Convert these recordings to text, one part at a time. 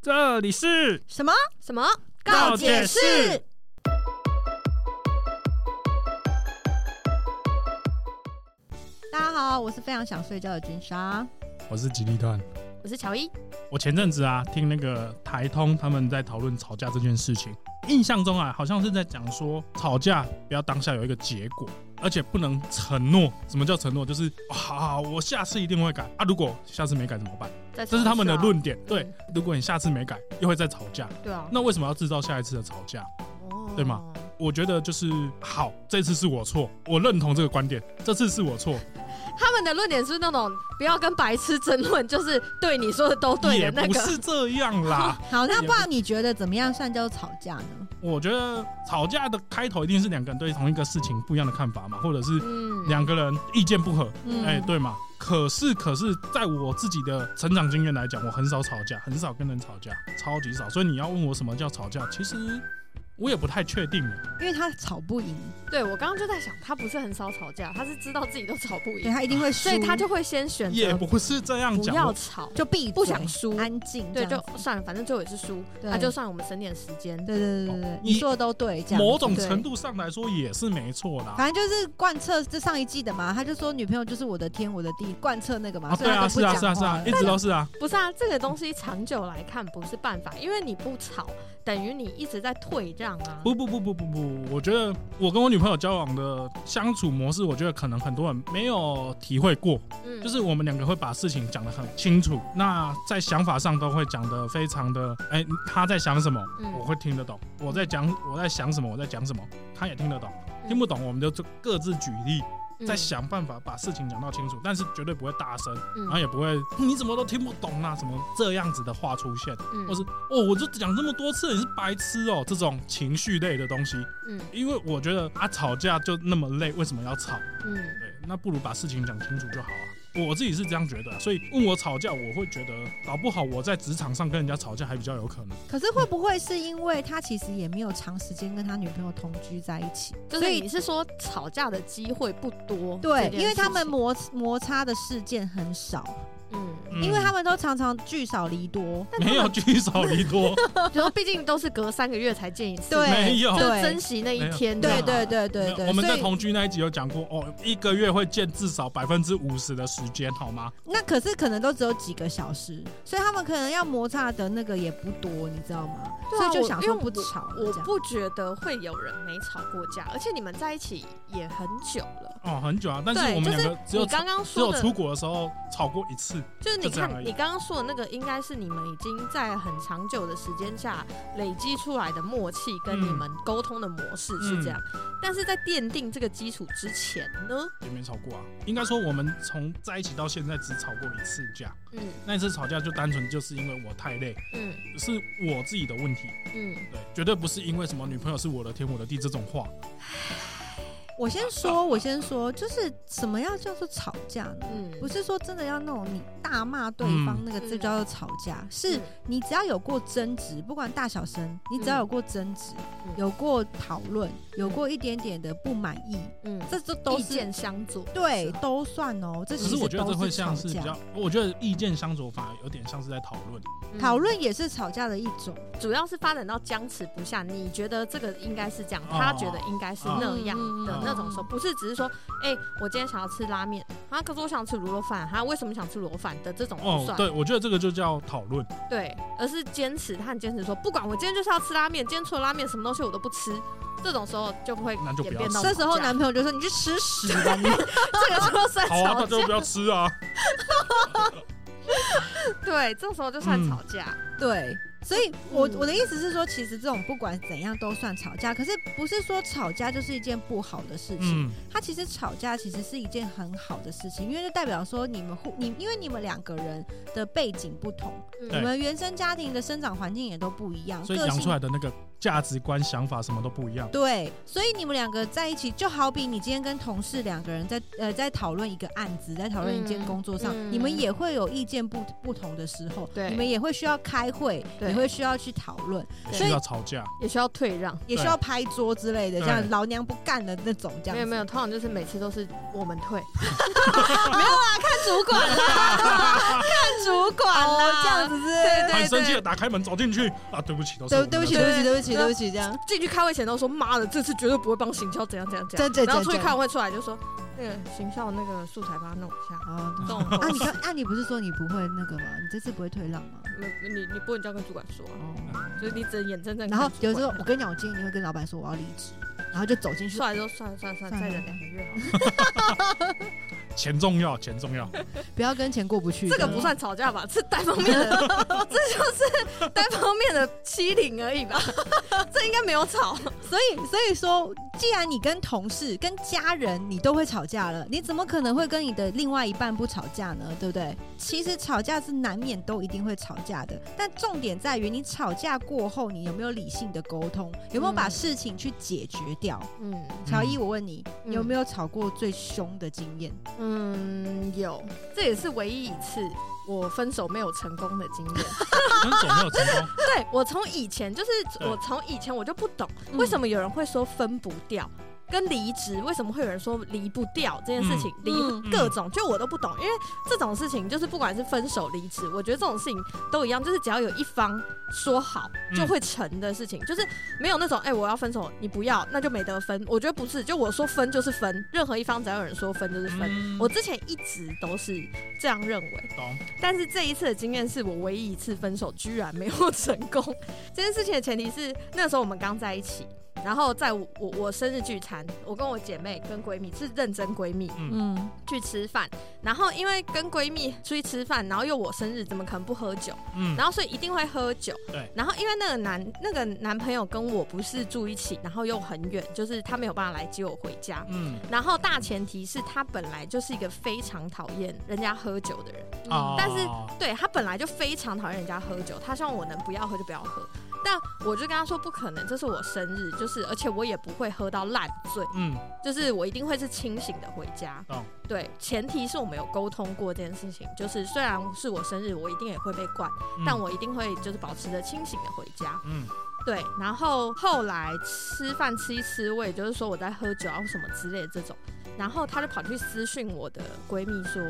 这里是什么？什么？告解室。大家好，我是非常想睡觉的君莎。我是吉利蛋。我是乔伊，我前阵子啊，听那个台通他们在讨论吵架这件事情，印象中啊，好像是在讲说吵架不要当下有一个结果，而且不能承诺。什么叫承诺？就是、哦好好，我下次一定会改啊。如果下次没改怎么办？啊这这是他们的论点。对嗯，如果你下次没改，又会再吵架。对啊，那为什么要制造下一次的吵架？对哦吗？我觉得就是好，这次是我错，我认同这个观点，这次是我错，他们的论点是那种不要跟白痴争论，就是对你说的都对也的那不个。是这样啦。好，那 不然你觉得怎么样算叫吵架呢？我觉得吵架的开头一定是两个人对同一个事情不一样的看法嘛，或者是嗯，两个人意见不合，嗯哎、对嘛。可是，可是，在我自己的成长经验来讲，我很少吵架，很少跟人吵架，超级少。所以你要问我什么叫吵架，其实我也不太确定。欸因为他吵不赢，对我刚刚就在想，他不是很少吵架，他是知道自己都吵不对赢，他一定会输，啊所以他就会先选也择不是这样不讲，要我吵，就闭嘴不想输。安静这对，样子，就算了，反正最后也是输，对那就算我们省点时间。对对对对对哦，你说的都对，这样子某种对程度上来说也是没错啦。反正就是贯彻这上一季的嘛，他就说女朋友就是我的天，我的地，贯彻那个嘛，啊，所对以他啊，都不是啊，是啊，讲是话啊了，一直都是啊。不是啊，这个东西长久来看不是办法，因为你不吵，等于你一直在退让啊。不不不不不不，我觉得我跟我女朋友交往的相处模式，我觉得可能很多人没有体会过，嗯就是我们两个会把事情讲得很清楚，那在想法上都会讲得非常的，哎，他在想什么，嗯我会听得懂；我在讲我在想什么，我在讲什么，他也听得懂。嗯听不懂，我们就各自举例，再想办法把事情讲到清楚，但是绝对不会大声，嗯然后也不会你怎么都听不懂啊，什么这样子的话出现。嗯或是哦，我就讲这么多次，你是白痴哦，这种情绪类的东西，嗯因为我觉得啊，吵架就那么累，为什么要吵？嗯对，那不如把事情讲清楚就好啊。我自己是这样觉得啊、所以问我吵架，我会觉得搞不好我在职场上跟人家吵架还比较有可能。可是会不会是因为他其实也没有长时间跟他女朋友同居在一起，就是所以你是说吵架的机会不多？对这，件因为他事们情摩摩擦的事件很少，嗯，嗯因为他们都常常聚少离多。但没有聚少离多，然后毕竟都是隔三个月才见一次，对，没有就对珍惜那一天就对好对了。对对没有对，我们在所以同居那一集有讲过哦，一个月会见至少百分之五十的时间，好吗？那可是可能都只有几个小时，所以他们可能要摩擦的那个也不多，你知道吗？对所啊以就想我因说为不吵了我这样。不觉得会有人没吵过架，而且你们在一起也很久了。哦，很久啊，但是对我们就两是个只有你吵刚刚只说有的，出国的时候吵过一次，就是你就这样看而已你刚刚说的那个，应该是你们已经在很长久的时间下累积出来的默契，跟嗯你们沟通的模式是这样。但是在奠定这个基础之前呢，也没吵过啊。应该说我们从在一起到现在只吵过一次架，嗯那一次吵架就单纯就是因为我太累，嗯是我自己的问题，嗯，对，绝对不是因为什么女朋友是我的天我的地这种话。我先说，我先说，就是什么要叫做吵架呢？嗯不是说真的要那种你大骂对方嗯那个字叫做吵架，是嗯你只要有过争执，不管大小声，你只要有过争执，嗯有过讨论，嗯有过一点点的不满意，嗯，这这都意是见相左，对，都算哦。这可其是实我觉得都这会是吵像是比架较，，我觉得意见相左反而有点像是在讨论。嗯讨论也是吵架的一种。主要是发展到僵持不下，你觉得这个应该是这样，哦他觉得应该是那样嗯的嗯那种时候，不是只是说，哎、我今天想要吃拉面，啊，可是我想吃卤肉饭，他、啊、为什么想吃卤肉饭的这种不哦，算，对，我觉得这个就叫讨论。对，而是坚持，他很坚持说，不管我今天就是要吃拉面，今天除了拉面什么东西我都不吃，这种时候就会那就不演要变到这时候呢，男朋友就说：“你去吃屎吧！”你这个就算好啊，大吵家架，都不要吃啊。对，这时候就算吵架，对，所以我、嗯我的意思是说，其实这种不管怎样都算吵架，可是不是说吵架就是一件不好的事情。嗯，它其实吵架其实是一件很好的事情，因为就代表说你们互你因为你们两个人的背景不同，嗯对你们原生家庭的生长环境也都不一样，所以个讲性出来的那个价值观、想法什么都不一样。对，所以你们两个在一起，就好比你今天跟同事两个人在呃在讨论一个案子，在讨论一件嗯工作上，嗯你们也会有意见不不同的时候，对你们也会需要开会，对也会需要去讨论，也所需以要吵架，也需要退让。也需要拍桌之类的，对像老娘不干的那种这样没有子。没有，通常就是每次都是我们 退， 啊主管 啦，看主管啦这样子是对对很生气的打开门走进去啊，对不起，都是对对不起，我对们不起，对对不起，对对不起，这样进去开会前都说妈的，这次绝对不会帮行销怎样怎样怎样。对对然后对出去对开完会出来就说那个行销那个素材把它弄一下。啊。 动啊，你刚啊，你不是说你不会那个吗？你这次不会退让吗？没有你你不能这样跟主管说啊，哦。所以你只能眼睁睁看然主后管。有时候我跟你讲，我建议你会跟老板说我要离职，然后就走进去出，来就算了算了算了，再忍两个月好了。钱重要，钱重要，不要跟钱过不去。这个样不算吵架吧？是单方面的，这就是单方面的欺凌而已 吧？这应该没有吵。所以，所以说，既然你跟同事、跟家人你都会吵架了，你怎么可能会跟你的另外一半不吵架呢？对不对？其实吵架是难免都一定会吵架的，但重点在于你吵架过后，你有没有理性的沟通，有没有把事情去解决掉。嗯乔伊，我问你，嗯有没有吵过最凶的经验？嗯，有，这也是唯一一次我分手没有成功的经验。分手嗯没有成功，对我从以前就是对我从以前我就不懂为什么？么有人会说分不掉。跟离职为什么会有人说离不掉这件事情，离、嗯各种就我都不懂，因为这种事情就是不管是分手离职，我觉得这种事情都一样，就是只要有一方说好嗯就会成的事情，就是没有那种哎、我要分手你不要那就没得分，我觉得不是，就我说分就是分，任何一方只要有人说分就是分，嗯我之前一直都是这样认为，懂，但是这一次的经验是我唯一一次分手居然没有 成功。这件事情的前提是那时候我们刚在一起，然后在我我我生日聚餐，我跟我姐妹跟闺蜜是认真闺蜜嗯，去吃饭，然后因为跟闺蜜出去吃饭，然后又我生日，怎么可能不喝酒？嗯，然后所以一定会喝酒。对然后因为那个男那个男朋友跟我不是住一起，然后又很远，就是他没有办法来接我回家。嗯然后大前提是他本来就是一个非常讨厌人家喝酒的人，嗯啊，但是对他本来就非常讨厌人家喝酒，他希望我能不要喝就不要喝，但我就跟他说不可能，这是我生日，就是而且我也不会喝到烂醉，嗯，就是我一定会是清醒的回家。懂对，前提是我们有沟通过这件事情，就是虽然是我生日，我一定也会被灌，嗯但我一定会就是保持着清醒的回家。嗯对，然后后来吃饭吃一吃，我也就是说我在喝酒啊或什么之类的这种，然后她就跑去私讯我的闺蜜说，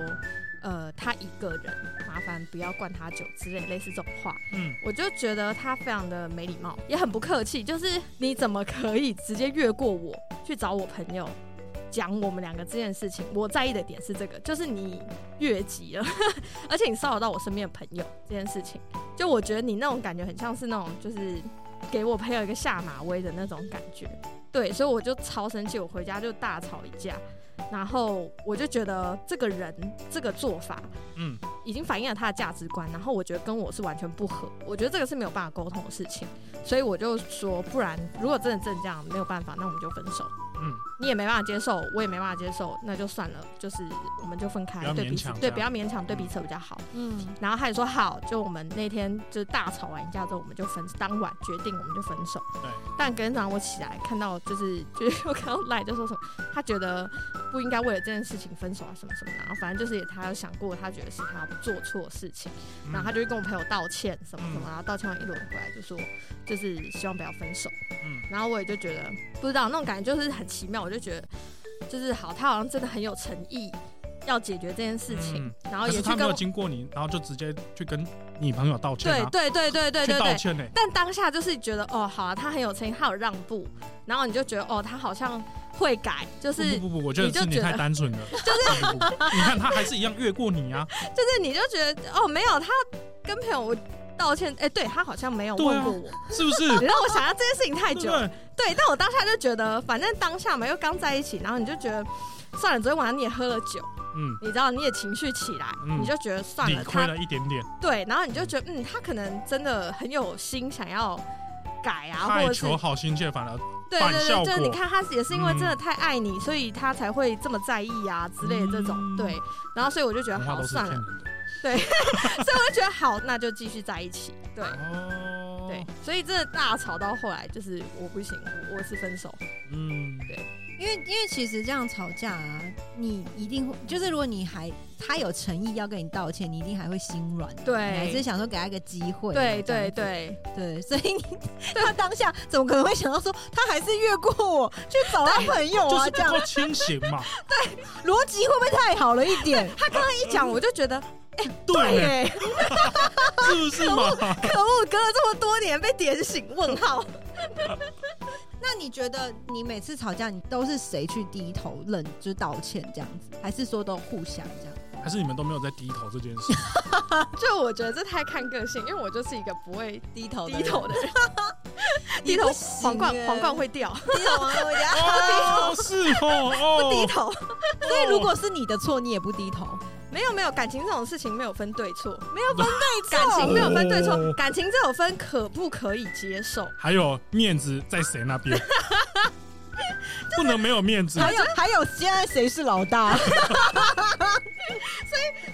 呃，她一个人，麻烦不要灌她酒之类类似这种话，嗯，我就觉得她非常的没礼貌，也很不客气，就是你怎么可以直接越过我去找我朋友？讲我们两个这件事情，我在意的点是这个，就是你越级了， 而且你骚扰到我身边的朋友这件事情，就我觉得你那种感觉很像是那种就是给我朋友一个下马威的那种感觉。对，所以我就超生气，我回家就大吵一架，然后我就觉得这个人这个做法嗯已经反映了他的价值观，然后我觉得跟我是完全不合，我觉得这个是没有办法沟通的事情，所以我就说，不然如果真的真的这样没有办法，那我们就分手。嗯，你也没办法接受，我也没办法接受，那就算了，就是我们就分不开要，对勉彼此强这对样不要勉强，对彼此比较好。嗯，然后他也说好，就我们那天就大吵完架之后，我们就分，当晚决定我们就分手。对。但隔天早上我起来看到，就是就是我看到赖就说什么，他觉得不应该为了这件事情分手啊什么什么的。然后反正就是也他有想过，他觉得是他做错事情，然后他就就会跟我朋友道歉什么什么，嗯然后道歉完一轮回来就说就是希望不要分手。嗯然后我也就觉得不知道那种感觉就是很奇妙，我就觉得就是好，他好像真的很有诚意要解决这件事情，嗯然后可也是去他没跟有我。经过你，然后就直接去跟你朋友道歉对啊，对对对对对去道对，歉呢，欸但当下就是觉得哦，好啊，他很有诚意，他有让步，然后你就觉得哦，他好像会改，就是不不不不，我觉得 你就是你觉得太单纯了，就是你看他还是一样越过你啊，就是你就觉得哦，没有他跟朋友道歉，哎、对他好像没有对问啊过我，是不是？你让我想到这件事情太对不久 对啊了，对，但我当下就觉得，反正当下嘛又刚在一起，然后你就觉得算了，昨天晚上你也喝了酒，嗯，你知道你也情绪起来，嗯你就觉得算理了，亏他了一点点，对，然后你就觉得嗯，他可能真的很有心想要改啊，或太者是求好心切，反而对反对效对，就是你果看他也是因为真的嗯太爱你，所以他才会这么在意啊之类的这种、嗯对。然后所以我就觉得文化好都是算骗了人，的。所以我就觉得好，那就继续在一起。对哦，对，所以真的大吵到后来就是我不行，我我是分手。嗯，对因为因为其实这样吵架啊，你一定会就是如果你还他有诚意要跟你道歉，你一定还会心软的，对你还是想说给他一个机会，对这样对子对，对，所以你 他当下怎么可能会想到说他还是越过我去找他朋 友就啊？是这不样够清醒嘛，逻辑会不会太好了一 点？一讲我就觉得啊哎对耶，耶，是不是嘛？可恶，隔了这么多年被点醒，问号。 那你觉得你每次吵架，你都是谁去低头认就是道歉这样子，还是说都互相这样？ 还是你们都没有在低头这件 事？就我觉得这太看个性，因为我就是一个不会低头低 头的人，你 低不头行皇冠欸皇冠会掉，低头啊！我家哦，是哦，哦，低头。 所以如果是你的错，你也不低头。没有没有，感情这种事情没有分对错，没有分对错 感情没有分对错哦，感情这有分可不可以接受。还有面子在谁那 边？不能没有面啊子，还有还有，现在谁是老大？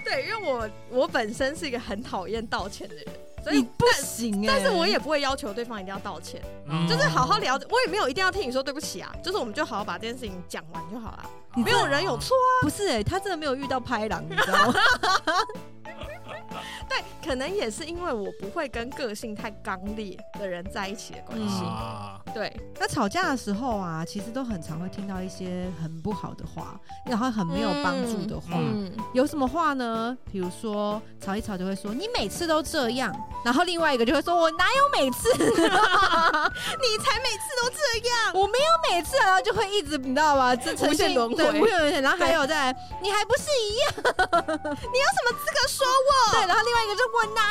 对，因为我我本身是一个很讨厌道歉的人，所你以不行哎、但是我也不会要求对方一定要道歉，嗯就是好好聊，我也没有一定要听你说对不起啊，就是我们就好好把这件事情讲完就好了。没有人有错啊，不是哎、他真的没有遇到拍狼，你知道吗？ 对，可能也是因为我不会跟个性太刚烈的人在一起的关系。嗯啊，对，那吵架的时候啊，其实都很常会听到一些很不好的话，然后很没有帮助的话。嗯，有什么话呢？比如说吵一吵就会说你每次都这样，然后另外一个就会说我哪有每次， 你才每次都这样，我没有每次，啊然后就会一直你知道吧，这呈无限现轮回对无限轮回。然后还有再来你还不是一样， 你有什么资格说我？对，然后另外一个就我哪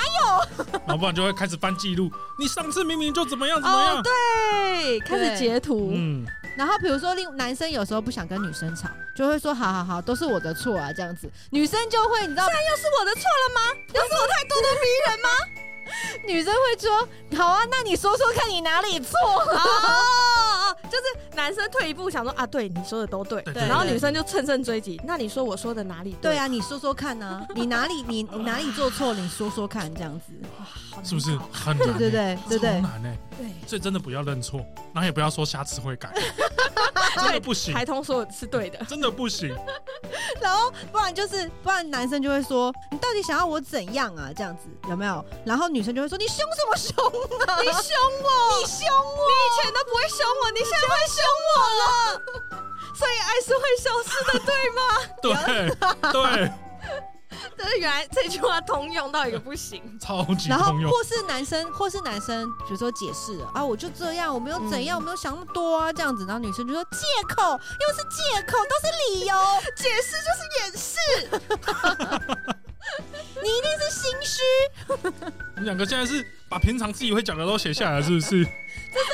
然后不然就会开始翻记录，你上次明明就怎么样怎么哦样，，对，开始截图，嗯，然后比如说，另男生有时候不想跟女生吵，就会说好好好，都是我的错啊，这样子。女生就会，你知道，现在哎又是我的错了吗？ 又是我太咄咄逼人吗？女生会说，好啊，那你说说看你哪里错？ 哦，就是男生退一步想说啊，对你说的都对，对对然后对女生就乘胜追击，那你说我说的哪里 对啊？啊，你说说看啊，你哪里你你哪里做错？你说说看，这 样子，哇好难是不是搞很难欸？对对对对对超难哎，对，所以真的不要认错，然后也不要说下次会 改，真的不行，台通说的是对的，真的不行，然后不然就是不然男生就会说，你到底想要我怎样啊？这样子有没有？然后女生就会说，你凶什么凶 啊？你凶我，你凶我，你以前都不会凶我，你现在会凶我了。 所以爱是会消失的，对吗？对对，但是原来这句话通用到一个不行。超级然后通用，或是男生，或是男生，比如说解释了啊，我就这样，我没有怎样，嗯我没有想那么多啊，这样子，然后女生就说借口，又是借口，都是理由， 解释就是掩饰， 你一定是心虚。你们两个现在是把平常自己会讲的都写下来，是不是？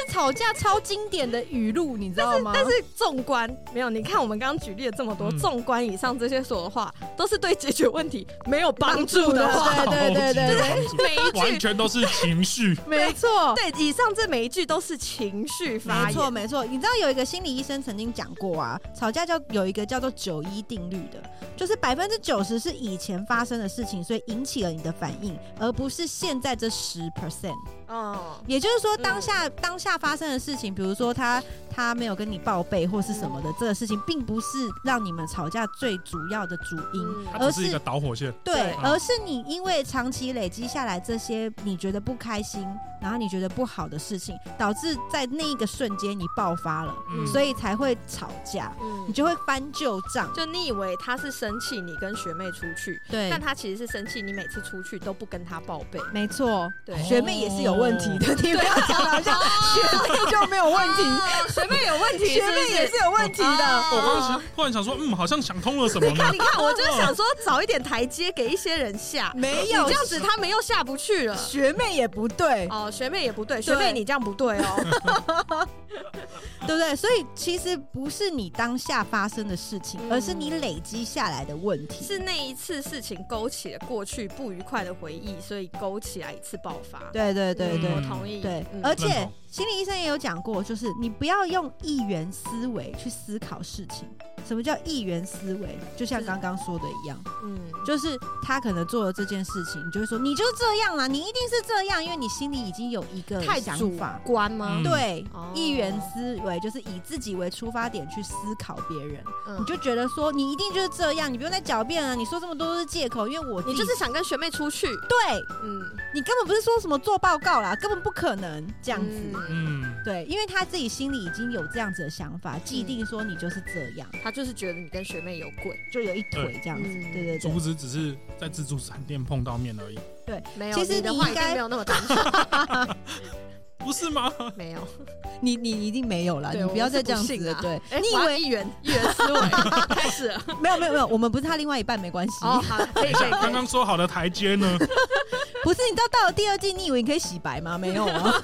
这吵架超经典的语录，你知道吗？但是纵观没有，你看我们刚刚举例了这么多，嗯纵观以上这些所有的话，都是对解决问题没有帮助的话。对对对对超级没 每一有帮助完句全都是情绪，没错。哦对，以上这每一句都是情绪发没错，言。没错。你知道有一个心理医生曾经讲过啊，吵架叫有一个叫做九一定律的，就是百分之九十是以前发生的事情，所以引起了你的反应，而不是现在这十 percent。嗯，也就是说，当下、当下发生的事情，比如说他他没有跟你报备或是什么的，这个事情并不是让你们吵架最主要的主因。它而只是一个导火线，对，嗯对而是你因为长期累积下来这些你觉得不开心，然后你觉得不好的事情，导致在那一个瞬间你爆发了，嗯，所以才会吵架，嗯你就会翻旧账。就你以为他是生气你跟学妹出去，对但他其实是生气你每次出去都不跟他报备。没错，对，哦学妹也是有问题的，你不要讲得好像学妹就没有问题，啊学妹有问题学妹也是有问题的。嗯我刚刚想突然想说，嗯，好像想通了什么呢？你看，我就想说找一点台阶给一些人下，没你有这样子他们又下不去了。学妹也不对，哦，学妹也不对，学妹你这样不对哦。对不对？所以其实不是你当下发生的事情，嗯而是你累积下来的问题。是那一次事情勾起了过去不愉快的回忆，所以勾起来一次爆发。对对对对对我嗯同意。对嗯，而认且同心理医生也有讲过，就是你不要用一元思维去思考事情。什么叫一元思维？就像是刚刚说的一样，嗯，就是他可能做了这件事情，你就会说你就是这样啦，你一定是这样，因为你心里已经有一个太想主法。观吗？嗯对哦，一元思维就是以自己为出发点去思考别人，嗯你就觉得说你一定就是这样，你不用再狡辩了，你说这么多都是借口，因为我自你己就是想跟学妹出去，对嗯，你根本不是说什么做报告啦，根本不可能这样子。嗯，嗯，对，因为他自己心里已经有这样子的想法，既定说你就是这样，他就是觉得你跟学妹有鬼，就有一腿这样子。嗯对对殊不知对，只是在自助餐店碰到面而已，没有，其实你的你话应一定该没有那么单 纯，不是吗？没有。你你一定没有啦，对你不要再这样子我是不了。信啊对，哎你以我要为一元一元思 维开始了？没有没有没有，我们不是他另外一半没关系，哦，好，可以可以可刚以。刚说好的台阶呢？不是你到到了第二季，你以为你可以洗白吗？没有 啊，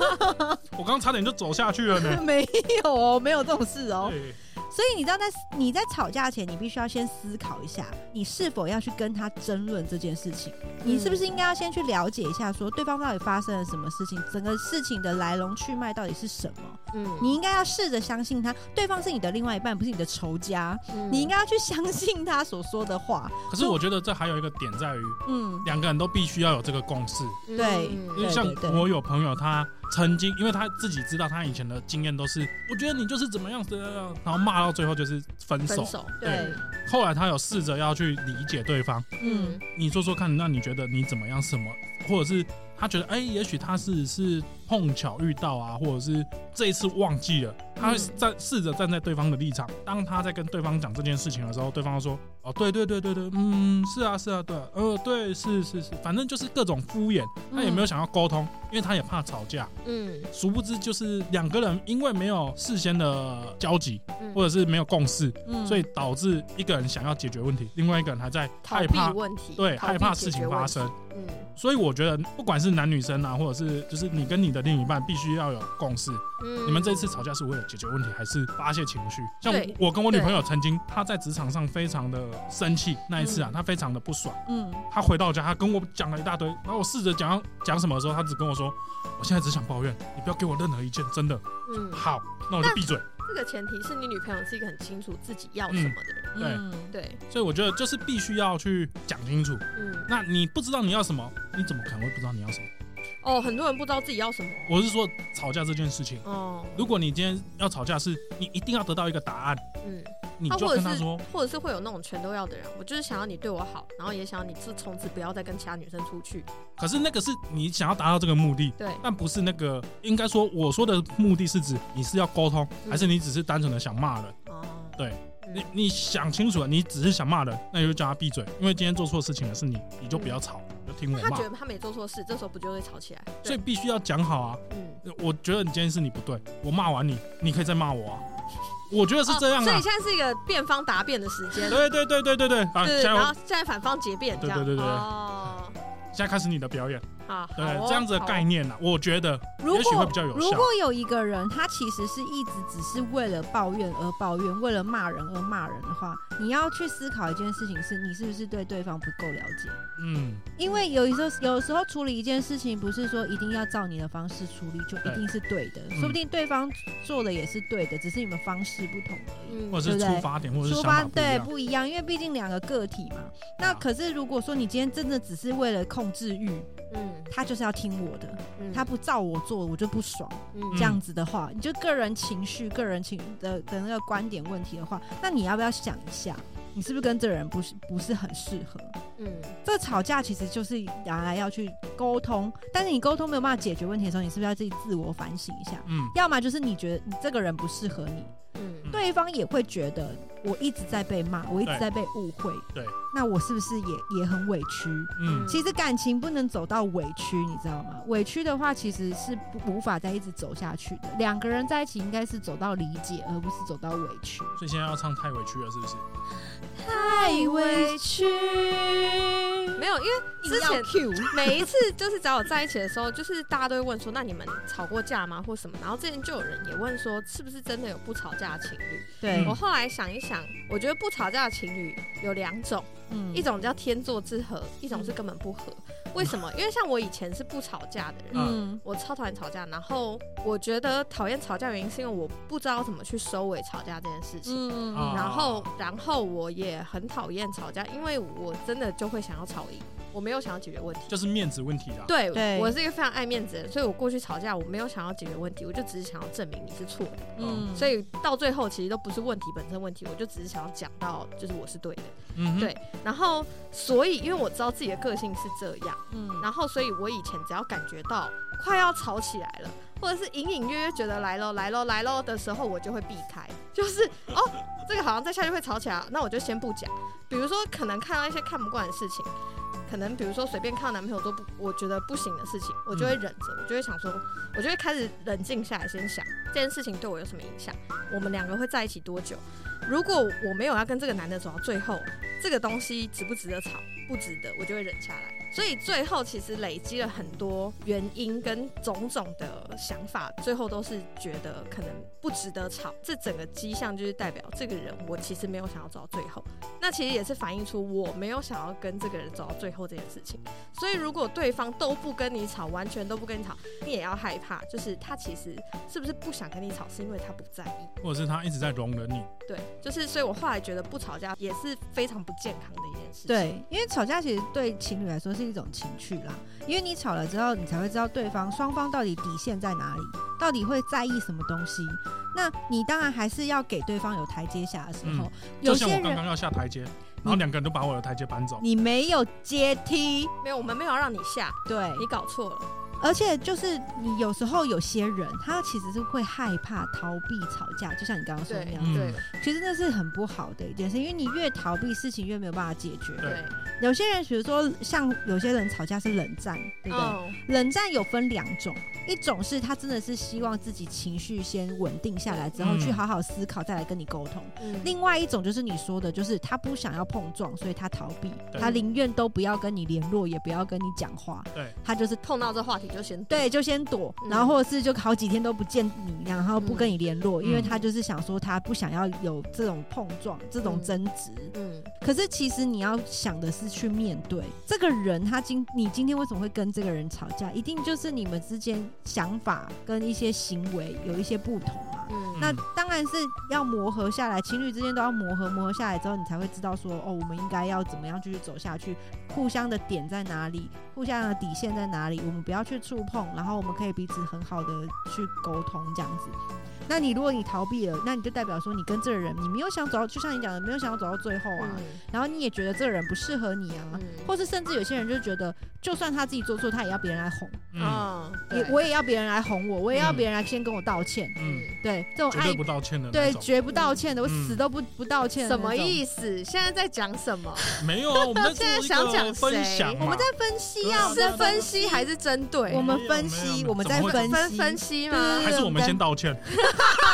我刚刚差点就走下去了呢。没有哦，没有这种事哦。对所以你知道在你在吵架前，你必须要先思考一下，你是否要去跟他争论这件事情。你是不是应该要先去了解一下，说对方到底发生了什么事情，整个事情的来龙去脉到底是什么？嗯你应该要试着相信他，对方是你的另外一半，不是你的仇家。你应该该要去相信他所说的话。可是我觉得这还有一个点在于，嗯，两个人都必须要有这个共识。嗯对因为对像对对我有朋友，他曾经因为他自己知道他以前的经验都是，我觉得你就是怎么样怎么样，然后骂到最后就是分手。分手，嗯对，后来他有试着要去理解对方，嗯，你说说看，那你觉得你怎么样？什么，或者是他觉得，哎、也许他是是碰巧遇到啊，或者是这一次忘记了，他会嗯站试着站在对方的立场，当他在跟对方讲这件事情的时候，对方说，哦，对对对对对，嗯，是啊是啊，对啊，呃，对，是是是，反正就是各种敷衍，他也没有想要沟通，因为他也怕吵架，嗯殊不知就是两个人因为没有事先的交集，嗯或者是没有共识，嗯所以导致一个人想要解决问题，另外一个人还在逃害避怕，问题，对，逃害避怕解事决情问发题，生。嗯所以我觉得，不管是男女生啊，或者是就是你跟你的另一半，必须要有共识。嗯你们这次吵架是为了解决问题，还是发泄情绪？像对我跟我女朋友曾经，她在职场上非常的生气，那一次啊，她非常的不爽。嗯，她回到家，她跟我讲了一大堆，然后我试着讲讲什么的时候，她只跟我说：“我现在只想抱怨，你不要给我任何意见，真的。嗯”，好，那我就闭嘴。这个前提是你女朋友是一个很清楚自己要什么的人，对嗯对，所以我觉得就是必须要去讲清楚。嗯，那你不知道你要什么，你怎么可能会不知道你要什么？哦，很多人不知道自己要什么，我是说吵架这件事情。哦，如果你今天要吵架，是你一定要得到一个答案，嗯，你啊就或者跟他是说，或者是会有那种全都要的人，我就是想要你对我好，然后也想要你自从此不要再跟其他女生出去，可是那个是你想要达到这个目的，对，但不是那个，应该说我说的目的是指你是要沟通，嗯还是你只是单纯的想骂人？哦，对嗯，你你想清楚了，你只是想骂人，那你就叫他闭嘴，因为今天做错事情的是你，你就不要吵，就听我嗯他骂觉。得他没做错事，这时候不就会吵起来？所以对，必须要讲好啊！嗯，我觉得你今天是你不对，我骂完你，你可以再骂我 啊。我觉得是这样哦所啊以。现在是一个辩方答辩的时间，对啊对对对对对，好，对，下然回后现在反方结辩，这样对对对对对哦，现在开始你的表演，好，对好哦，这样子的概念啊，我觉得如也许会果比较有如效果。有一个人，他其实是一直只是为了抱怨而抱怨，为了骂人而骂人的话，你要去思考一件事情是，你是不是对对方不够了解？嗯，因为有时候有时候处理一件事情，不是说一定要照你的方式处理就对一定是对的，嗯说不定对方做的也是对的，只是你们方式不同而已。嗯或者是对出不对发点，或者是出想发法不一对样。不一样，因为毕竟两个个体嘛。那啊可是如果说你今天真的只是为了控制欲，嗯他就是要听我的，嗯他不照我做我就不爽，嗯这样子的话，你就个人情绪、个人情的的那个观点问题的话，那你要不要想一下，你是不是跟这个人不是不是很适合？嗯这吵架其实就是拿来要去沟通，但是你沟通没有办法解决问题的时候，你是不是要自己自我反省一下？嗯，要么就是你觉得你这个人不适合你，嗯对方也会觉得我一直在被骂，我一直对在被误会，对，那我是不是也也很委屈？嗯其实感情不能走到委屈，你知道吗？委屈的话，其实是不无法再一直走下去的。两个人在一起应该是走到理解，而不是走到委屈。所以现在要唱太委屈了，是不是？太委屈。没有，因为之前 Q， 每一次就是找我在一起的时候，就是大家都会问说，那你们吵过架吗，或什么？然后之前就有人也问说，是不是真的有不吵架的情侣？对我，后来想一想，我觉得不吵架的情侣有两种，嗯一种叫天作之合，一种是根本不合。为什么？因为像我以前是不吵架的啊人，嗯我超讨厌吵架。然后我觉得讨厌吵架的原因是因为我不知道怎么去收尾吵架这件事情。嗯啊然后，然后我也很讨厌吵架，因为我真的就会想要吵赢，我没有想要解决问题。就是面子问题啦。啊对，对我是一个非常爱面子的人，所以我过去吵架，我没有想要解决问题，我就只是想要证明你是错的。嗯所以到最后，其实都不是问题本身问题，我就只是想要讲到就是我是对的。嗯哼对然后，所以因为我知道自己的个性是这样，嗯然后所以我以前只要感觉到快要吵起来了，或者是隐隐约约觉得来喽来喽来喽的时候，我就会避开，就是哦，这个好像再下去会吵起来，那我就先不讲。比如说，可能看到一些看不惯的事情，可能比如说随便看到男朋友做不我觉得不行的事情，我就会忍着，我就会想说，我就会开始冷静下来，先想这件事情对我有什么影响，我们两个会在一起多久。如果我没有要跟这个男的走到最后，这个东西值不值得吵，不值得，我就会忍下来。所以最后其实累积了很多原因跟种种的想法，最后都是觉得可能不值得吵。这整个迹象就是代表这个人我其实没有想要走到最后，那其实也是反映出我没有想要跟这个人走到最后这件事情。所以如果对方都不跟你吵，完全都不跟你吵，你也要害怕，就是他其实是不是不想跟你吵，是因为他不在意。或者是他一直在容忍你，对，就是所以我后来觉得不吵架也是非常不健康的一件事情。对，因为吵架其实对情侣来说是一种情趣啦，因为你吵了之后，你才会知道对方双方到底底线在哪里，到底会在意什么东西。那你当然还是要给对方有台阶下的时候，有嗯就像些我刚人刚要下台阶，然后两个人都把我的台阶搬走。你没有阶梯，没有，我们没有让你下，对，你搞错了。而且就是你有时候有些人他其实是会害怕逃避吵架，就像你刚刚说的那样，嗯对其实那是很不好的一件事，因为你越逃避事情越没有办法解决。对，有些人比如说像有些人吵架是冷战，对不对？嗯，冷战有分两种，一种是他真的是希望自己情绪先稳定下来之后，嗯去好好思考再来跟你沟通；嗯另外一种就是你说的，就是他不想要碰撞，所以他逃避，对他宁愿都不要跟你联络，也不要跟你讲话，对，他就是碰到这话题就先对，就先躲，嗯然后或者是就好几天都不见你，然后不跟你联络，嗯因为他就是想说他不想要有这种碰撞、这种嗯争执。嗯可是其实你要想的是去面对这个人，他今你今天为什么会跟这个人吵架，一定就是你们之间想法跟一些行为有一些不同嘛。嗯，那嗯当然是要磨合下来，情侣之间都要磨合，磨合下来之后，你才会知道说，哦，我们应该要怎么样继续走下去，互相的点在哪里，互相的底线在哪里，我们不要去触碰，然后我们可以彼此很好的去沟通这样子。那你如果你逃避了，那你就代表说你跟这个人，你没有想走到，就像你讲的，没有想要走到最后嗯啊，然后你也觉得这个人不适合你啊，嗯或是甚至有些人就觉得，就算他自己做错，他也要别人来哄，嗯哦也我也要别人来哄我，我也要嗯别人来先跟我道歉。嗯，对，这种绝爱对不道歉的那对，种。绝不道歉的，我嗯死都不不道歉。什么意？思？现在在讲什么？没有啊，我们在做一个现在想讲谁分享嘛我们在分析啊，对我们对在对是分析还是针对？我们没有分没有没析，有我们在怎么会分分析，分析吗？还是我们先道歉？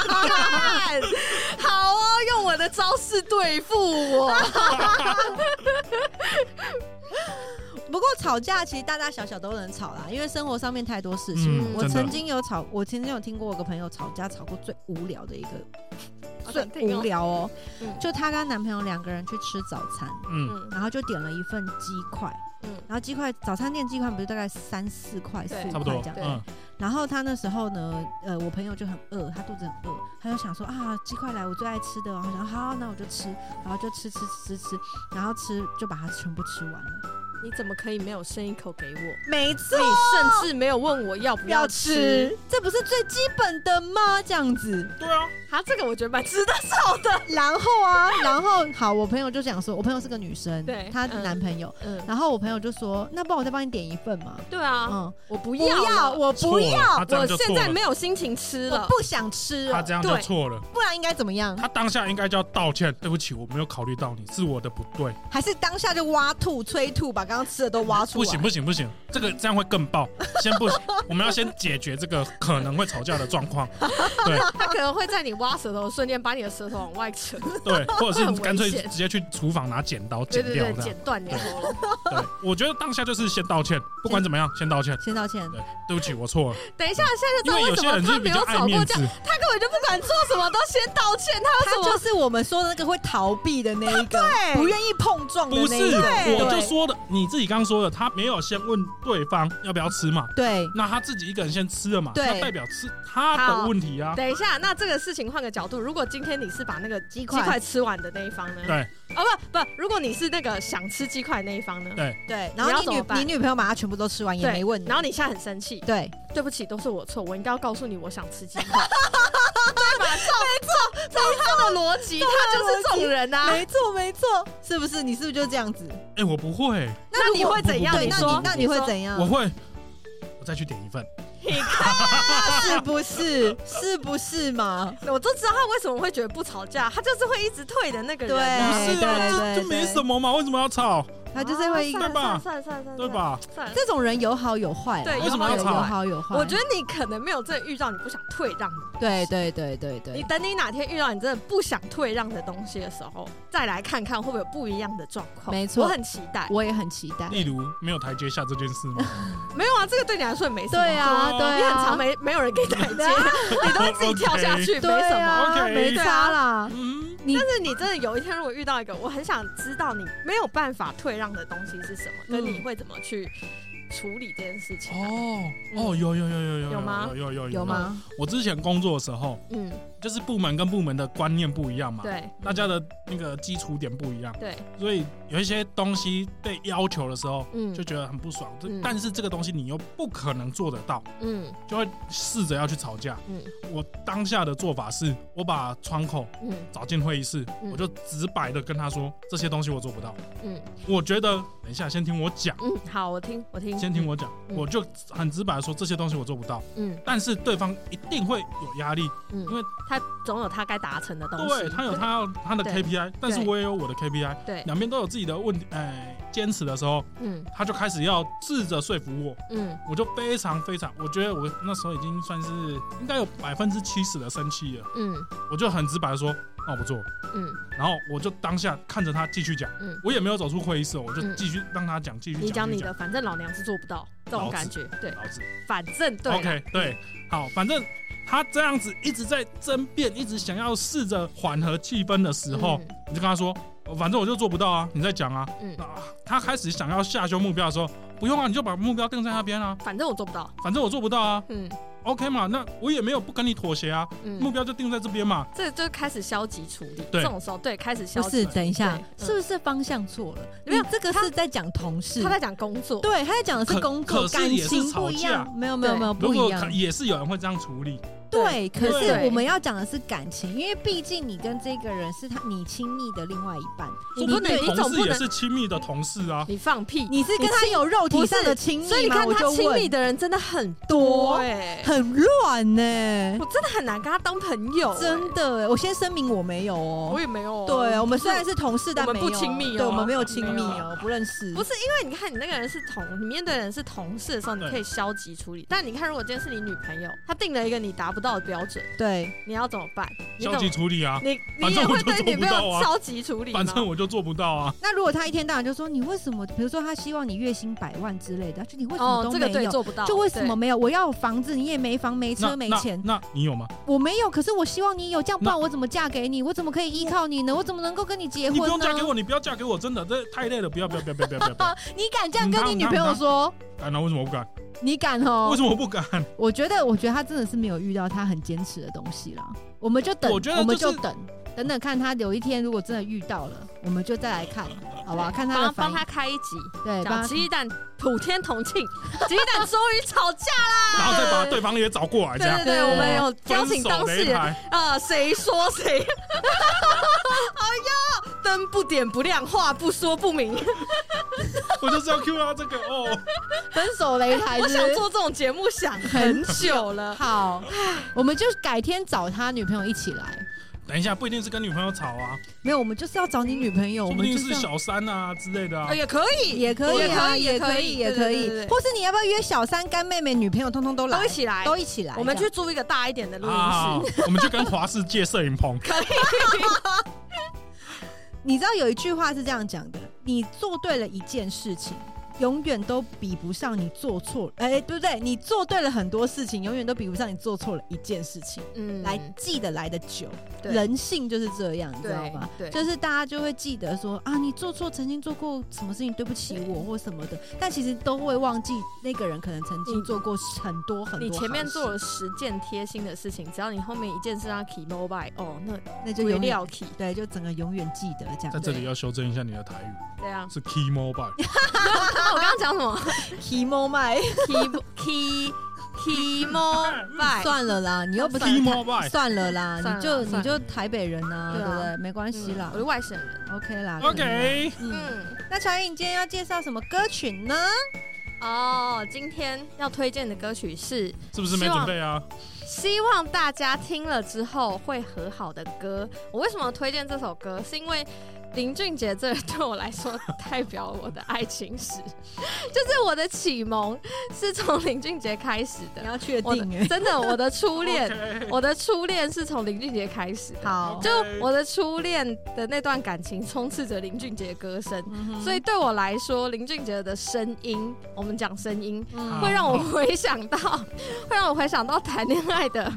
干 好哦，用我的招式对付 我。不过吵架其实大大小小都能吵啦，因为生活上面太多事情。嗯，我真曾的，经有吵，我曾经有听过我个朋友吵架，吵过最无聊的一个，好最想听哦无聊哦嗯，就她跟她男朋友两个人去吃早餐，嗯，嗯然后就点了一份鸡块，嗯然后鸡块早餐店鸡块不是大概三四块、四对五差不块多这，样，嗯，然后他那时候呢，呃，我朋友就很饿，他肚子很饿，他就想说啊，鸡块来我最爱吃的哦，我想好，那我就吃，然后就吃吃吃吃吃，然后吃就把它全部吃完了。你怎么可以没有伸一口给我？没错你甚至没有问我要不啊要吃。，这不是最基本的吗？这样子，对啊，啊，这个我觉得蛮值得吵的。然后啊，然后好，我朋友就想说，我朋友是个女生，对她嗯男朋友，嗯，然后我朋友就说，那不然我再帮你点一份嘛，对啊，嗯，我不不要了，我不错了要他，这样我就现错在了，没有心情吃我了。不想吃他了，这样就对错了。不然应该怎么样？他当下应该就要道歉，对不起，我没有考虑到你，是我的不对。还是当下就挖吐、催吐，把刚刚刚吃的都挖出不来。行不行不行，这个这样会更 爆。先不行，我们要先解决这个可能会吵架的状况。对他可能会在你挖舌头的瞬间把你的舌头往外 扯， 对，或者很是危干脆险直接去厨房拿剪刀对剪对掉对，这样剪。断你的喉咙。对，我觉得当下就是先道歉，不管怎么样先道歉。先道歉。对，对不起，我错了。等一下，现在就知因道为有为什些么人他是没比较有爱吵过面架，子，他根本就不管做什么都先道歉，他他有什就么？是我们说的那个会逃避的那一个，对不愿意碰撞的不那是一个。对我就对说的，你自己刚说的，他没有先问对方要不要吃嘛，对那他自己一个人先吃了嘛，对那代表是他的好问题啊。等一下，那这个事情换个角度，如果今天你是把那个鸡块块吃完的那一方呢？对，哦不不，如果你是那个想吃鸡块的那一方呢？对对，然后要你怎女么办你女朋友把它全部都吃完也对没问你，然后你现在很生气，对，对不起，都是我错，我应该要告诉你我想吃鸡块， 对吧？没错，这是他的逻辑，他就是这种人啊。没错没错，是不是？你是不是就这样子？哎，我不会，那如你果会怎样？对，你那说你，那你会说怎样我？会，我再去点一份。是不是？是不是嘛？我就知道他为什么会觉得不吵架，他就是会一直退的那个不人啊。对是啊，对这这对没什么嘛，为什么要吵？他就是会一啊个对吧算了算了算了，算了对？吧？算了。这种人有好有坏啦，对为什么要有吵好有坏？我觉得你可能没有真的遇到你不想退让的对对对对对，你等你哪天遇到你真的不想退让的东西的时候，再来看看会不会有不一样的状况。没错我很期待。我也很期待。例如没有台阶下这件事吗？没有啊，这个对你来说也没什么。对啊哦对啊，你很常没没有人给你台阶， 你都会自己跳下 去，没对什么。啊啊， OK 没差啦。嗯，你但是你真的有一天如果遇到一个我很想知道你没有办法退让的东西是什么，跟你会怎么去处理这件事情啊、哦哦，有有有有有有吗有有有有？吗？我之前工作的时候，嗯，就是部门跟部门的观念不一样嘛，，对大家的那个基础点不一样，对，所以有一些东西被要求的时候。嗯就觉得很不爽，这嗯但是这个东西你又不可能做得到，嗯就会试着要去吵架。嗯我当下的做法是，我把窗口嗯找进会议室，嗯我就直白的跟他说这些东西我做不到。嗯我觉得，等一下先听我讲，嗯，好，我听我听，先听我讲，嗯我就很直白的说这些东西我做不到。嗯但是对方一定会有压力，嗯，因为他总有他该达成的东西，对他有他要他的对 KPI，但是我也有我的 KPI，对，两边都有自己的问题，哎，坚持的时候，嗯他就开始要试着说服我，嗯我就非常非常，我觉得我那时候已经算是应该有百分之七十的生气了，嗯我就很直白的说，那我不做，嗯，然后我就当下看着他继续讲，嗯我也没有走出会议室，我就嗯继续让他讲，继续你讲讲继你续的，反正老娘是做不到这老种子感觉，对，老子反正对啦 OK，对，好，反正他这样子一直在争辩，一直想要试着缓和气氛的时候，嗯你就跟他说，呃反正我就做不到啊，你在讲啊。嗯那、啊他开始想要下修目标的时候，不用啊，你就把目标定在那边啊，反正我做不到，反正我做不到啊嗯，OK 嘛，那我也没有不跟你妥协啊，目嗯，标就定在这边嘛。这就开始消极处理，对这种时候对开始消不极是，，等一下，对是不是方向错了？没有你这个他是在讲同事他，在讲工作，对，他在讲的是可工可作，是感也是情吵不一样架。没有没有对没有如不一果可样。也是有人会这样处理，对，可是对我们要讲的是感情，因为毕竟你跟这个人是他你亲密的另外一半，你说不不能，定你同总事不也能，是亲密的同事啊。你放屁，你是跟他有肉体上的亲密所以你吗看我他就亲问密的人真的很多哎、很乱呢、 我真的很难跟他当朋友、欸，真的、我先声明我没有我哦。也没有、啊。对，我们虽然是同事，但我们没有不亲密哦对我们没有亲密没哦，不认识。不是因为你看你那个人是同，你面对的人是同事的时候，你对可以消极处理。但你看，如果今天是你女朋友，她定了一个你达不到的标准，对，你要怎么办？你消懂极处理啊，你 反你正也我会就对做女不朋到友啊消极处理吗？反正我就做不到啊。那如果他一天到晚就说你为什么，比如说他希望你月薪百万之类的，就你为什么哦都，这个没对有？做不到，就为什么对没有？我要房子，你也没房没车那没那钱，那你有吗？我没有。可是我希望你有，这样不那然我怎么嫁给你？我怎么可以依靠你呢？我怎么能够跟你结你婚呢？不用嫁给我，你不要嫁给我，真的这太累了，不要不要不要不要不要不要不要。哦你敢这样跟你女朋友说？啊，那为什么我不敢？你敢哦？为什么我不 敢？我觉得，我觉得他真的是没有遇到他很坚持的东西啦。我们就等，我觉得就是们就等，等等看他有一天如果真的遇到了，我们就再来看，好吧？看他的帮反帮应他。开一集，对，帮讲他鸡蛋普天同庆，鸡蛋终于吵架 然后再把对方也找过来，这对样哦对对，我们有邀分请手哎当的事一人排。啊，谁说谁？ 哎呦，灯不点不亮，话不说不明。我就是要 Q 他这个哦。分手擂台 我是想做这种节目想很久 了。好，我们就改天找他女朋友一起来。等一下，不一定是跟女朋友吵啊，没有，我们就是要找你女朋哦友，我说不们定就是要小三啊之类的啊呃，。也可以，也可以啊，也也可可以以，也也可可以以对对对，对或是你要不要约小三、干妹妹、女朋友，通通都来都一，起来，都一嗯起来，我们这去样租一个大一点的录音啊室，，我们就跟华世界摄影 棚，你知道有一句话是这样讲的：你做对了一件事情，永远都比不上你做错。哎、对不对？你做对了很多事情，永远都比不上你做错了一件事情。嗯来记得来的久，对人性就是这样，你知道吗？对对就是大家就会记得说啊，你做错曾经做过什么事情，对不起我或什么的，但其实都会忘记那个人可能曾经你做过很多很多。你前面做，了十件贴心的事情，只要你后面一件事让他 key mobile，哦，那那就就有永远料 key，对，就整个永远记得这在样。这里要修正一下你的台语，对啊。是 key mobile。 那我刚刚讲什么 Kimo 麦， ？key key key mobile， 算了啦，你又不是 key mobile。算了啦， 算了啦你就算了你就台北人呐、对对啊不对？没关系啦我是外省人。 ，OK 啦可以啦 OK，嗯，嗯，那乔颖，你今天要介绍什么歌曲呢？哦，今天要推荐的歌曲是是不是没希望准备啊？希望大家听了之后会和好的歌。我为什么推荐这首歌？是因为林俊杰这对我来说代表我的爱情史，就是我的启蒙是从林俊杰开始的。要确 我的真的，我的初恋， OK，我的初恋是从林俊杰开始的。好，就我的初恋的那段感情，充斥着林俊杰的歌声，嗯所以对我来说，林俊杰的声音，我们讲声音，啊会让我回想到， 会让我回想到谈恋爱的哦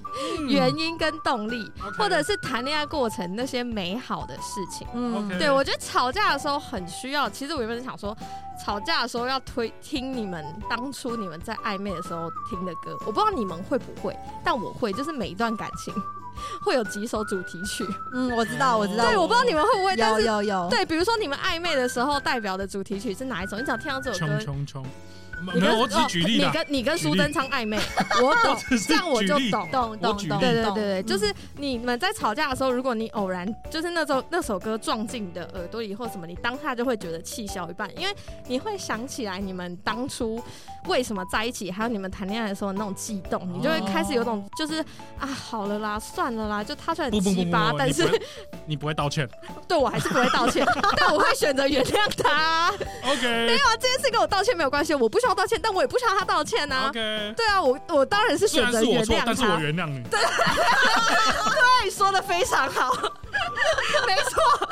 原因跟动力，嗯 OK 或者是谈恋爱过程那些美好的事情。嗯 OK 对我觉得吵架的时候很需要，其实我原本是想说，吵架的时候要推听你们当初你们在暧昧的时候听的歌，我不知道你们会不会，但我会，就是每一段感情 会有几首主题曲。嗯，我知道，我知道，对，哎我不知道你们会不会，但有是有有，对，比如说你们暧昧的时候代表的主题曲是哪一首？你只要听到这首歌穷，穷穷，你没跟有，我只是举例哦啦你，跟你跟举例苏贞昌暧昧，我懂，只是这样我举就例懂。懂我举例懂懂，对对对对，懂就是你们在吵架的时候，如果你偶然就是那首那首歌撞进你的耳朵里或什么，你当下就会觉得气消一半，因为你会想起来你们当初为什么在一起，还有你们谈恋爱的时候那种悸动，你就会开始有种就是啊，好了啦，算了啦，就他虽然不不不鸡不巴，，你但不是会你不会道 歉。对我还是不会道歉，但我会选择原谅他。 OK 这件事跟我道歉没有关系，我不需要道歉，但我也不需要他道歉啊。 OK，对啊，我我当然是虽选然择是原我错谅，但是我他。原谅你。对，说的非常好，没错，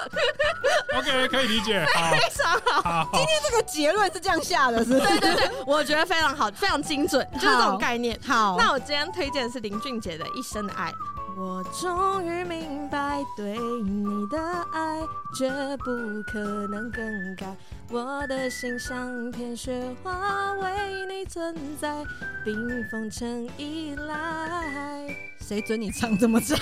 OK，可以理 解。好，非常好。好，这个结论是这样下的，是对对对，我觉得非常好，非常精准，就是这种好概念。好，那我今天推荐的是林俊杰的《一生的爱》。我终于明白，对你的爱绝不可能更改。我的心像片雪花，为你存在，冰封成依赖。谁准你唱这么长？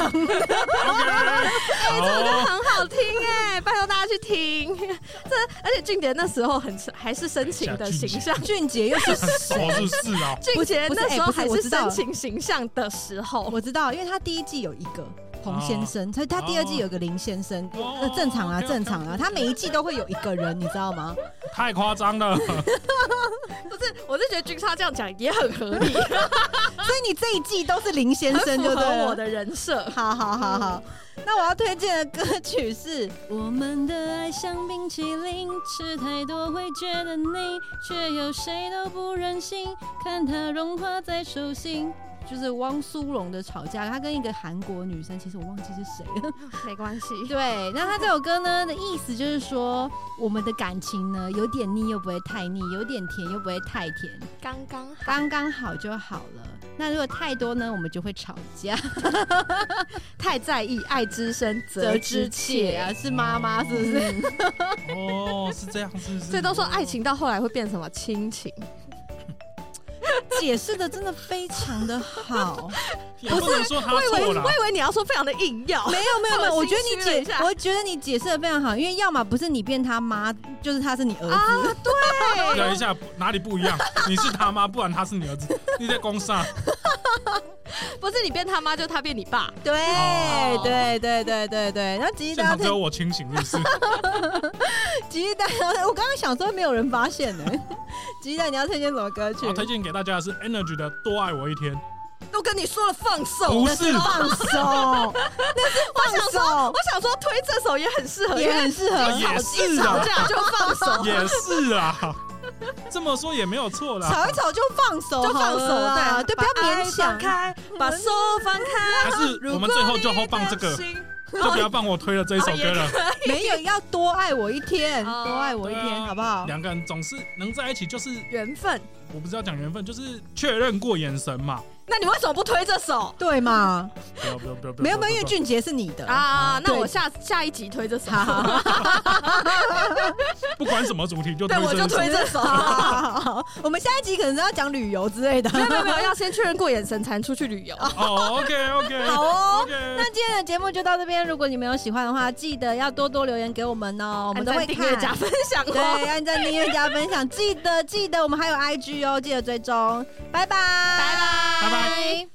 好，很好听哎，拜托大家去听。这而且俊杰那时候很还是深情的形象， 俊杰又是手是是啊，俊杰那时候还不是不是哎不是我知是道深了情形象的时候，我知道，因为他第一季有一个洪先生，所以他第二季有个林先生，哦那正常啊， OK，OK，OK 正常啊，他每一季都会有一个人，你知道吗？太夸张了。不是，我是觉得俊超这样讲也很合 理，所以你这一季都是林先很生，符就对合了我的人设。 好好好好，那我要推荐的歌曲是《我们的爱像冰淇淋》，吃太多会觉得腻，却有谁都不忍心看它融化在手心。就是汪苏泷的吵架，他跟一个韩国女生，其实我忘记是谁了。没关系，对，那他这首歌呢的意思就是说，我们的感情呢有点腻又不会太腻，有点甜又不会太甜，刚刚好。刚刚好就好了。那如果太多呢，我们就会吵架。 太在意爱之深，则责之之切切。啊，是妈妈是不是？哦，是这样，是不是？所以都说爱情到后来会变什么亲情？解释的真的非常的好，也不能说他我以错为啦我。以为你要说非常的硬要， 没有没有没有，我我心觉得虚了一你解下，我觉得你解释的非常好，因为要么不是你变他妈，就是他是你儿子，啊，等一对，下，哪里不一样？你是他妈，不然他是你儿子。你在攻上， 不是你变他妈，就他变你爸。对哦 对对对对对。然后吉吉现大场只有家，我清醒，是不是？吉吉大家，我刚刚想说没有人发 现呢。吉吉大，你要推荐什么歌曲 我？推荐给大家的是 Energy 的《多爱我一天》。都跟你说了放手，不但是放手，那是放 我想说推这首也很适合，手，也因为很适合啊。也一是吵啊，架就放 手，也是啊，这么说也没有错啊啦。吵一吵就放手就好放手，了啦，对，对不要把爱勉放强。开，把手放开。还是我们最后就后啊放这个，就哦不要帮我推了这一首歌了。 没有要多爱我一天，哦多爱我一对天，啊好不好？两个人总是能在一起，就是缘分。我不知道讲缘分，就是确认过眼神嘛。那你为什么不推这首对嘛？不要不要不要不要！没有没有，因不为要俊杰是你的，啊？那对我下下一集推这首， 不管什么主题就对，我就这首推这首。好好好 好我们下一集可能是要讲旅游之 类的。没有没有没有，要先确认过眼神才能出去旅游。哦，OK OK，好哦 OK， 那今天的节目就到这边，如果你们有喜欢的话，记得要多多留言给我们哦，我们都会按赞订阅加看。分享对，哦，按赞、订阅、加分享，记得记得，我们还有 IG 哦，记得追踪，拜拜，拜拜拜。